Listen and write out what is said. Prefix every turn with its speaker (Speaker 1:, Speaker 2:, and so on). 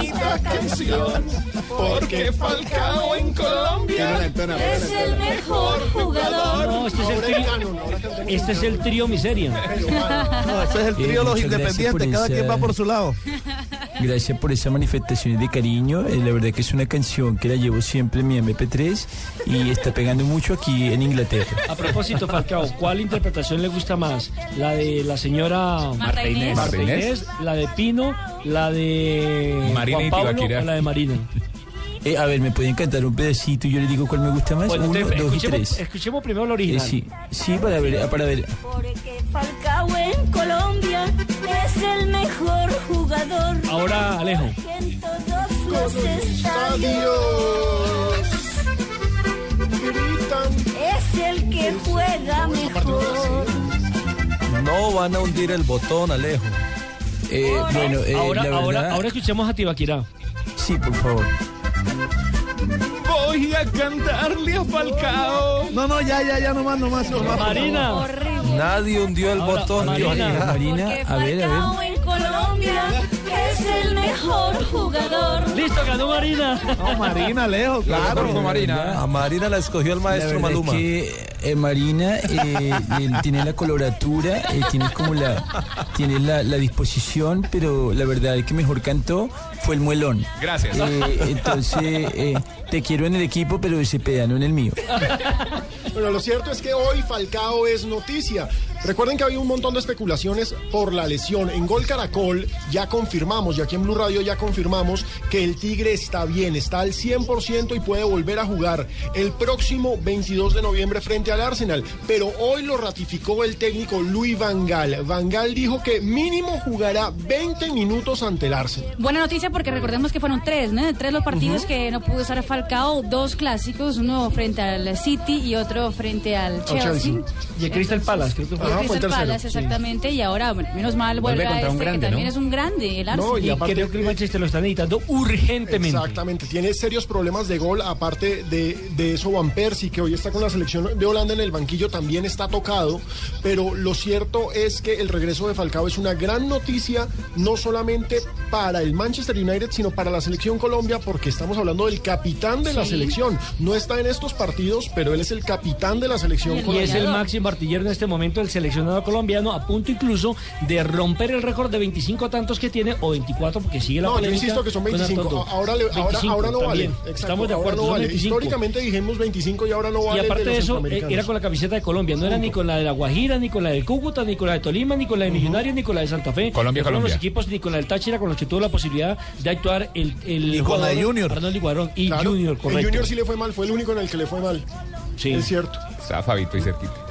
Speaker 1: esta canción, porque Falcao en Colombia es el mejor
Speaker 2: No,
Speaker 1: jugador.
Speaker 2: este es el trío. Este es el trío miseria.
Speaker 3: No, este es el
Speaker 4: Eh,
Speaker 3: trío de los
Speaker 4: muchas gracias
Speaker 3: independientes,
Speaker 4: por
Speaker 3: cada quien
Speaker 4: esa-
Speaker 3: va por su lado.
Speaker 4: Gracias por esa manifestación de cariño. eh, la verdad que es una canción que la llevo siempre en mi MP3 y está pegando mucho aquí en Inglaterra.
Speaker 2: A propósito, Falcao, ¿cuál interpretación le gusta más? ¿La de la señora
Speaker 5: Marta Inés.
Speaker 2: Marta Inés, la de Pino, la de
Speaker 5: Marina
Speaker 2: Juan Pablo
Speaker 5: Itibaquirá.
Speaker 2: o la de Marina?
Speaker 4: Eh, a ver, ¿me pueden cantar un pedacito y yo les digo cuál me gusta más?
Speaker 2: Bueno,
Speaker 4: Uno,
Speaker 2: entonces,
Speaker 4: dos y
Speaker 2: escuchemos,
Speaker 4: tres.
Speaker 2: escuchemos primero la
Speaker 4: Eh,
Speaker 2: original.
Speaker 4: sí, sí, para ver, ah, para ver.
Speaker 6: Porque Falcao en Colombia es el mejor jugador.
Speaker 2: Ahora, Alejo.
Speaker 4: Eh,
Speaker 6: En todos los estadios
Speaker 1: Adiós. Gritan.
Speaker 6: es el que juega mejor.
Speaker 3: No van a hundir el botón, Alejo.
Speaker 4: Eh, bueno, eh,
Speaker 2: ahora,
Speaker 4: la verdad,
Speaker 2: ahora, ahora escuchemos a Tibaquirá.
Speaker 4: sí, por favor.
Speaker 1: Voy a cantarle a Falcao.
Speaker 3: No, no, ya, ya, ya, nomás, nomás, nomás.
Speaker 2: Marina,
Speaker 6: Horrible.
Speaker 3: Nadie hundió el
Speaker 2: Ahora,
Speaker 3: botón,
Speaker 2: Marina.
Speaker 3: Dios.
Speaker 4: Marina,
Speaker 6: Porque
Speaker 4: a ver, a ver.
Speaker 6: Falcao en Colombia es el mejor jugador.
Speaker 2: listo, ganó Marina.
Speaker 3: No, Marina, Alejo, claro.
Speaker 4: Marina.
Speaker 3: A Marina la escogió el
Speaker 4: La
Speaker 3: maestro
Speaker 4: verdad
Speaker 3: Maluma.
Speaker 4: que eh, Marina eh, eh, tiene la coloratura, eh, tiene como la, tiene la, la disposición, pero la verdad el que mejor cantó fue el muelón.
Speaker 5: Gracias.
Speaker 4: Eh, entonces, eh, te quiero en el equipo, pero ese pedano en el mío.
Speaker 1: Bueno, lo cierto es que hoy Falcao es noticia. Recuerden que había un montón de especulaciones por la lesión. En Gol Caracol ya confirmamos, y aquí en Blue Radio ya confirmamos que el Tigre está bien, está al 100% y puede volver a jugar el próximo 22 de noviembre frente al Arsenal. Pero hoy lo ratificó el técnico Luis Vangal. Vangal dijo que mínimo jugará 20 minutos ante el Arsenal.
Speaker 5: Buena noticia porque recordemos que fueron tres, ¿no? Tres los partidos que no pudo estar Falcao, dos clásicos, uno frente al City y otro frente al Chelsea.
Speaker 1: Chelsea.
Speaker 2: Y el Crystal Palace, creo que
Speaker 5: Y
Speaker 2: fue.
Speaker 6: Ah,
Speaker 1: Ajá, fue
Speaker 5: Crystal
Speaker 1: tercero,
Speaker 5: Palace,
Speaker 1: sí.
Speaker 5: exactamente, y ahora, bueno, menos mal vuelve,
Speaker 7: Vuelve
Speaker 5: a este,
Speaker 7: contra un grande,
Speaker 5: que también
Speaker 7: ¿no?
Speaker 5: es un grande, el Arsenal.
Speaker 1: No,
Speaker 2: Y
Speaker 1: y aparte-
Speaker 2: creo que el Manchester lo está necesitando urgentemente.
Speaker 1: Exactamente, tiene serios problemas de gol, aparte de, de eso Van Persie, que hoy está con la selección de Holanda en el banquillo, también está tocado, pero lo cierto es que el regreso de Falcao es una gran noticia, no solamente para el Manchester United, sino para la selección Colombia, porque estamos hablando del capitán de la selección, no está en estos partidos, pero él es el capitán de la selección
Speaker 5: Y el
Speaker 2: Y
Speaker 1: Colombia.
Speaker 2: es el máximo artillero en este momento el seleccionado colombiano, a punto incluso de romper el récord de 25 tantos que tiene, o 24, porque sigue la
Speaker 1: No, yo
Speaker 2: polémica
Speaker 1: insisto que son
Speaker 2: con
Speaker 1: 25.
Speaker 2: Arnoldo.
Speaker 1: Ahora, le- ahora,
Speaker 2: 25
Speaker 1: ahora no vale.
Speaker 2: también.
Speaker 1: Exacto,
Speaker 2: Estamos de
Speaker 1: ahora
Speaker 2: acuerdo,
Speaker 1: no
Speaker 2: son
Speaker 1: vale.
Speaker 2: 25.
Speaker 1: Históricamente dijimos 25 y ahora no vale.
Speaker 2: Y
Speaker 1: el de
Speaker 2: aparte
Speaker 1: los
Speaker 2: de eso, eh, era
Speaker 1: centroamericanos.
Speaker 2: con la camiseta de Colombia, no era ni con la de La Guajira, ni con la de Cúcuta, ni con la de Tolima, ni con la de Millonarios, ni con la de Santa Fe.
Speaker 7: Colombia,
Speaker 2: No fueron
Speaker 7: Colombia.
Speaker 2: los equipos ni con la del Táchira con los que tuvo la posibilidad de actuar el, el
Speaker 3: Y con la de
Speaker 2: jugador
Speaker 3: Junior.
Speaker 2: Arnoldo Iguarón y
Speaker 1: Claro,
Speaker 2: Junior,
Speaker 1: En
Speaker 2: correcto.
Speaker 1: Junior sí le fue mal, fue el único en el que le fue mal.
Speaker 2: Sí.
Speaker 1: Es cierto.
Speaker 7: Está Fabito y cerquita.